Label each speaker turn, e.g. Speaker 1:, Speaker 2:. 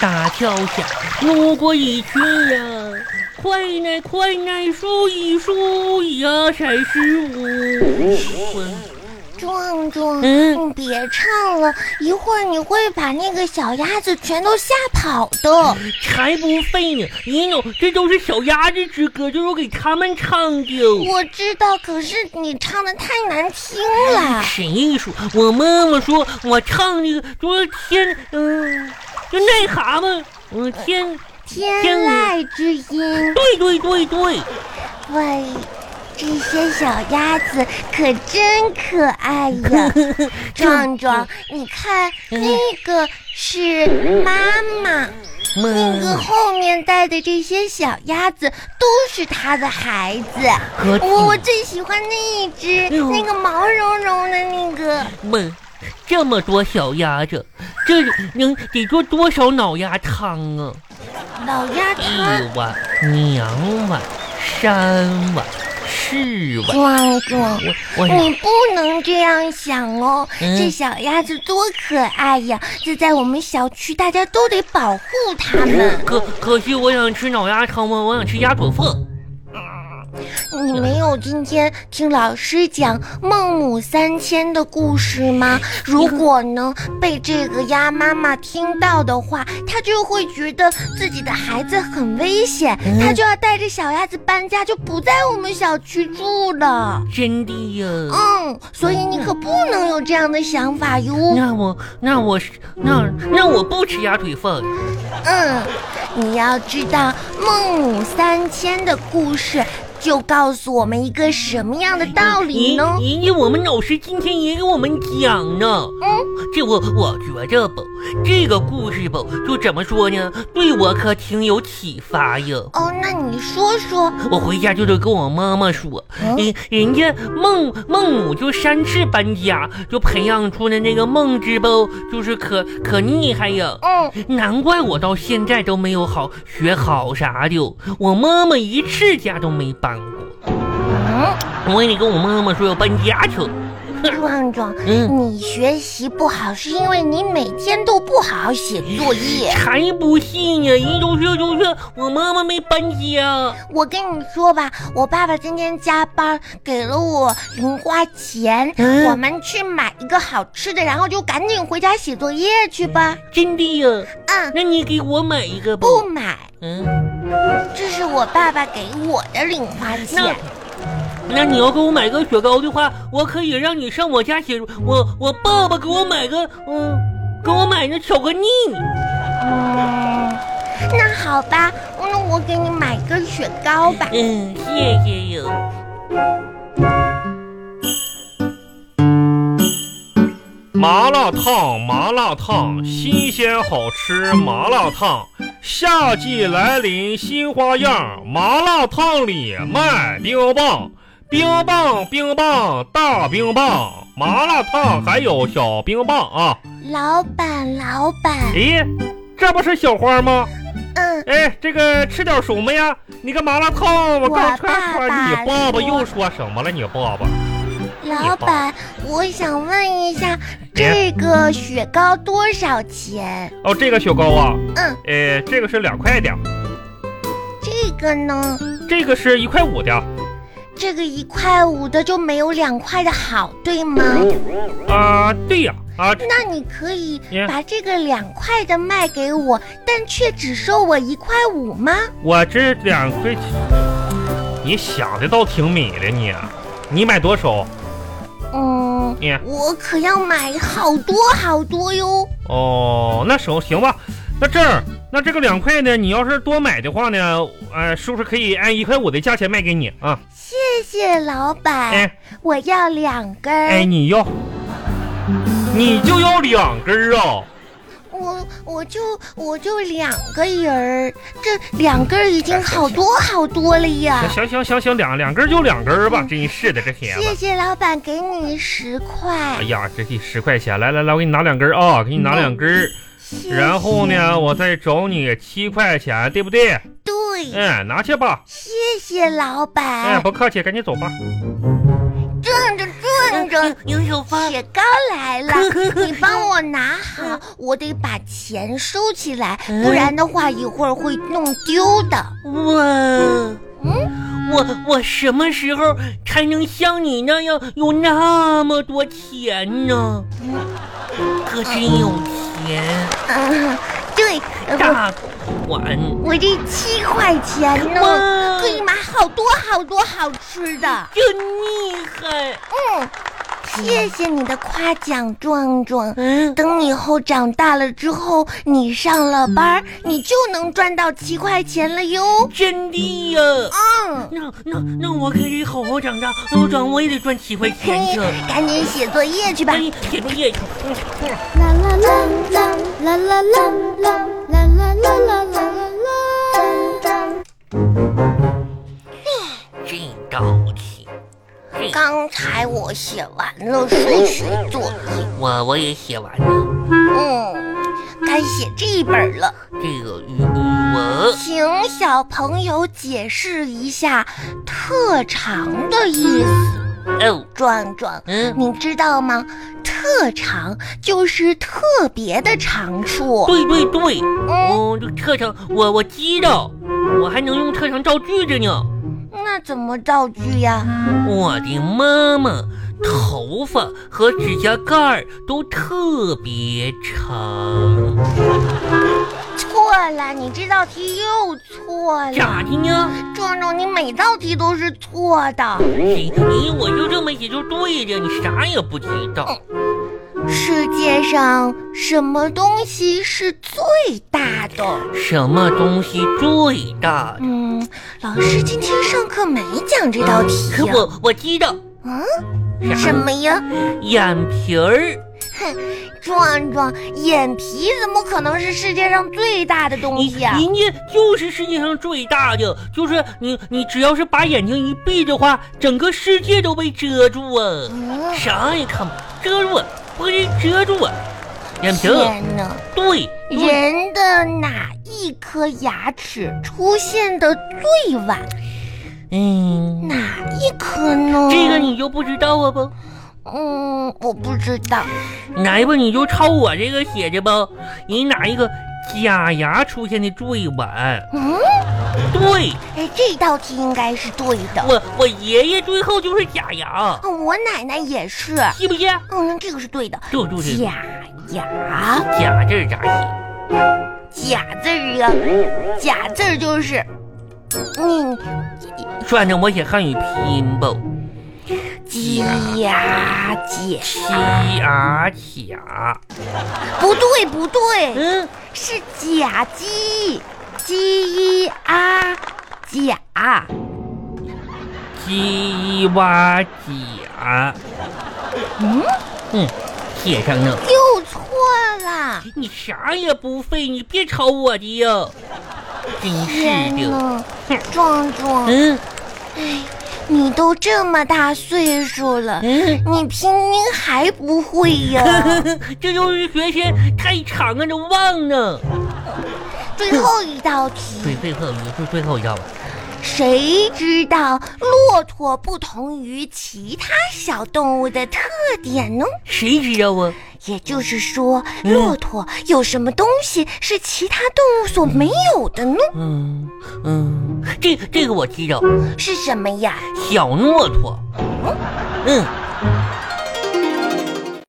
Speaker 1: 大叫下路过一群呀，快来快来数一数，一二三四五。
Speaker 2: 壮壮，
Speaker 1: 嗯
Speaker 2: 你别唱了，一会儿你会把那个小鸭子全都吓跑的。
Speaker 1: 才不废呢！一诺，这都是小鸭子之歌，就是我给他们唱的。
Speaker 2: 我知道，可是你唱的太难听了。
Speaker 1: 谁说？我妈妈说我唱那个昨天，嗯、就癞蛤蟆，嗯、天，
Speaker 2: 天
Speaker 1: 天
Speaker 2: 籁之音，
Speaker 1: 对对对对，
Speaker 2: 喂，这些小鸭子可真可爱 呀！壮壮，你看那个是妈妈，
Speaker 1: 妈
Speaker 2: 那个后面带的这些小鸭子都是他的孩子。
Speaker 1: 可哎
Speaker 2: 我我最喜欢那一只，
Speaker 1: 呦
Speaker 2: 那个毛茸茸的那个。
Speaker 1: 妈，这么多小鸭子，这能得做多少脑鸭汤啊？嗯
Speaker 2: 老鸭汤。
Speaker 1: 一碗、两碗、三碗、四碗，
Speaker 2: 壮壮，
Speaker 1: 我我
Speaker 2: 你不能这样想哦，
Speaker 1: 哎嗯
Speaker 2: 这小鸭子多可爱呀！这在我们小区，大家都得保护它们。
Speaker 1: 可可惜我想吃脑鸭汤吗？我想吃鸭腿缝。
Speaker 2: 你没有今天听老师讲孟母三迁的故事吗？如果呢被这个鸭妈妈听到的话，她就会觉得自己的孩子很危险，
Speaker 1: 嗯
Speaker 2: 她就要带着小鸭子搬家，就不在我们小区住了。
Speaker 1: 真的呀？
Speaker 2: 嗯，所以你可不能有这样的想法哟。
Speaker 1: 那我那我是那那我不吃鸭腿饭。
Speaker 2: 嗯，你要知道孟母三迁的故事，就告诉我们一个什么样的道理
Speaker 1: 咦
Speaker 2: 呢？
Speaker 1: 咦，我们老师今天也给我们讲呢。
Speaker 2: 嗯，
Speaker 1: 这我我觉着吧，这个故事吧，就怎么说呢？对我可挺有启发呀。
Speaker 2: 哦，那你说说，
Speaker 1: 我回家就得跟我妈妈说，
Speaker 2: 嗯
Speaker 1: 人人家孟孟母就三次搬家，就培养出了那个孟子吧，就是可可厉害呀。
Speaker 2: 嗯，
Speaker 1: 难怪我到现在都没有好学好啥的，我妈妈一次家都没搬过。
Speaker 2: 嗯，
Speaker 1: 我也得跟我妈妈说要搬家去。
Speaker 2: 壮壮，
Speaker 1: 嗯，
Speaker 2: 你学习不好是因为你每天都不好好写作业。
Speaker 1: 才不信呢！一都是都是我妈妈没搬家。
Speaker 2: 我跟你说吧，我爸爸今天加班给了我零花钱，
Speaker 1: 嗯
Speaker 2: 我们去买一个好吃的，然后就赶紧回家写作业去吧。
Speaker 1: 真的呀？
Speaker 2: 嗯，
Speaker 1: 那你给我买一个吧。
Speaker 2: 不买。
Speaker 1: 嗯，
Speaker 2: 这是我爸爸给我的零花
Speaker 1: 那
Speaker 2: 钱。
Speaker 1: 那你要给我买个雪糕的话，我可以让你上我家写我我爸爸给我买个嗯，给我买个巧克力。
Speaker 2: 嗯，那好吧，那我给你买根雪糕吧。
Speaker 1: 嗯，谢谢哟。
Speaker 3: 麻辣烫，麻辣烫，新鲜好吃麻辣烫。夏季来临，新花样，麻辣烫里卖冰棒，冰棒冰棒大冰棒，麻辣烫还有小冰棒啊！
Speaker 2: 老板，老板，
Speaker 3: 咦，这不是小花吗？
Speaker 2: 嗯，
Speaker 3: 哎，这个吃点什么呀？你个麻辣烫，我刚吃
Speaker 2: 我爸
Speaker 3: 完。
Speaker 2: 爸
Speaker 3: 你爸爸
Speaker 2: 说
Speaker 3: 又说什么了？你爸爸？
Speaker 2: 老板，我想问一下，这个雪糕多少钱？
Speaker 3: 哦，这个雪糕啊，
Speaker 2: 嗯，
Speaker 3: 哎，这个是两块的，
Speaker 2: 这个呢？
Speaker 3: 这个是一块五的。
Speaker 2: 这个一块五的就没有两块的好，对吗？
Speaker 3: 啊，对呀，啊，
Speaker 2: 那你可以
Speaker 3: 嗯
Speaker 2: 把这个两块的卖给我，但却只收我一块五吗？
Speaker 3: 我这两块，你想的倒挺美的你，啊你买多少？
Speaker 2: 嗯，
Speaker 3: 你
Speaker 2: 我可要买好多好多哟。
Speaker 3: 哦，那手行吧，那这样，那这个两块呢，你要是多买的话呢，呃，叔叔可以按一块五的价钱卖给你啊。
Speaker 2: 谢谢老板，
Speaker 3: 哎
Speaker 2: 我要两根儿。
Speaker 3: 哎，你要，你就要两根儿啊？
Speaker 2: 我我就我就两个人儿，这两根儿已经好多
Speaker 3: 哎
Speaker 2: 好多了呀。
Speaker 3: 行行行行，两两根儿就两根儿吧，真是的，这天
Speaker 2: 谢
Speaker 3: 子。
Speaker 2: 谢老板，给你十块
Speaker 3: 啊哎。呀，这得十块钱，来来来，我给你拿两根儿啊、给你拿两根儿，
Speaker 2: 谢谢
Speaker 3: 然后？呢，我再找你七块钱，对不对？
Speaker 2: 对，
Speaker 3: 嗯，拿去吧。
Speaker 2: 谢谢老
Speaker 3: 哎，
Speaker 2: 板。
Speaker 3: 不客气，赶紧走吧。哎
Speaker 2: 转着转着
Speaker 1: 杨小发，
Speaker 2: 雪糕来了，你帮我拿好，
Speaker 3: 嗯
Speaker 2: 我得把钱收起来，
Speaker 1: 嗯
Speaker 2: 不然的话一会儿会弄丢的。嗯
Speaker 1: 我，我我什么时候才能像你那样有那么多钱呢？可真有钱，
Speaker 2: 嗯， 对，呃
Speaker 1: 大款。
Speaker 2: 我我这七块钱呢，
Speaker 1: 哇
Speaker 2: 可以买好多好多好吃的。
Speaker 1: 真厉害！
Speaker 2: 嗯，谢谢你的夸奖，壮壮。
Speaker 1: 嗯，
Speaker 2: 等你以后长大了之后，你上了
Speaker 1: 嗯
Speaker 2: 班儿，你就能赚到七块钱了哟。
Speaker 1: 真的呀、
Speaker 2: 嗯，
Speaker 1: 那那那我可得好好长大，要不然我也得赚七块钱
Speaker 2: 嘿
Speaker 1: 去。，
Speaker 2: 赶紧写作业去吧。
Speaker 1: 哎，写作业去。嗯
Speaker 4: 啦啦啦啦啦啦啦啦啦啦啦啦啦啦。
Speaker 1: 真高兴。嘿
Speaker 2: 刚才我写完了数学作业，
Speaker 1: 我我也写完了
Speaker 2: 嗯，该写这一本了。
Speaker 1: 这个语文。
Speaker 2: 请小朋友解释一下“特长”的意思。
Speaker 1: 哦，
Speaker 2: 壮壮，
Speaker 1: 嗯，
Speaker 2: 你知道吗？特长就是特别的长处。
Speaker 1: 对对对，
Speaker 2: 嗯，
Speaker 1: 嗯，这个特长我我知道，我还能用特长造句子呢。
Speaker 2: 那怎么造句呀？
Speaker 1: 我的妈妈头发和指甲盖儿都特别长，
Speaker 2: 错了，你这道题又错了。
Speaker 1: 咋的呢？
Speaker 2: 壮壮，你每道题都是错的。
Speaker 1: 谁你我就这么写就对了，你啥也不知道。
Speaker 2: 世界上什么东西是最大的？
Speaker 1: 什么东西最大？
Speaker 2: 嗯，老师今天上课没讲这道题
Speaker 1: 可
Speaker 2: 哎呀、
Speaker 1: 我我知道，
Speaker 2: 嗯，什么呀？
Speaker 1: 眼皮儿。
Speaker 2: 壮壮，眼皮怎么可能是世界上最大的东
Speaker 1: 你
Speaker 2: 西啊？
Speaker 1: 人家就是世界上最大的，就是你你只要是把眼睛一闭的话，整个世界都被遮住啊，
Speaker 2: 嗯，
Speaker 1: 啥也看不遮住，啊不是遮住啊，眼皮儿。
Speaker 2: 天哪！
Speaker 1: 对对，
Speaker 2: 人的哪一颗牙齿出现的最晚？
Speaker 1: 嗯，
Speaker 2: 哪一颗呢？
Speaker 1: 这个，你就不知道啊不？
Speaker 2: 嗯，我不知道。
Speaker 1: 来吧，你就抄我这个写的吧。你哪一个假牙出现的最晚？
Speaker 2: 嗯，
Speaker 1: 对
Speaker 2: 哎，这道题应该是对的。
Speaker 1: 我我爷爷最后就是假牙，
Speaker 2: 啊我奶奶也是。
Speaker 1: 信不信？啊
Speaker 2: 嗯，这个是对的。
Speaker 1: 就就这个
Speaker 2: 假牙，
Speaker 1: 假字儿咋写？
Speaker 2: 假字儿啊，假字儿就是，嗯，
Speaker 1: 算着我写汉语拼音吧。
Speaker 2: 假假，
Speaker 1: 七牙甲，
Speaker 2: 不对不对，
Speaker 1: 嗯，
Speaker 2: 是甲鸡，鸡啊甲，
Speaker 1: 鸡蛙甲，嗯嗯，写上了。
Speaker 2: 又错了。
Speaker 1: 你啥也不会，你别抄我的呀！真是
Speaker 2: 天
Speaker 1: 的，
Speaker 2: 呐，壮壮，
Speaker 1: 嗯
Speaker 2: 你都这么大岁数了，
Speaker 1: 嗯，
Speaker 2: 你拼音还不会呀？
Speaker 1: 这就是学前太长了，都啊忘了。
Speaker 2: 最后一道
Speaker 1: 最
Speaker 2: 题，
Speaker 1: 最后一最最后啊一道吧，
Speaker 2: 谁知道骆驼不同于其他小动物的特点呢？
Speaker 1: 谁知道啊？
Speaker 2: 也就是说，
Speaker 1: 嗯
Speaker 2: 骆驼有什么东西是其他动物所没有的呢？
Speaker 1: 嗯嗯，这这个我知道，
Speaker 2: 是什么呀？
Speaker 1: 小骆驼，嗯，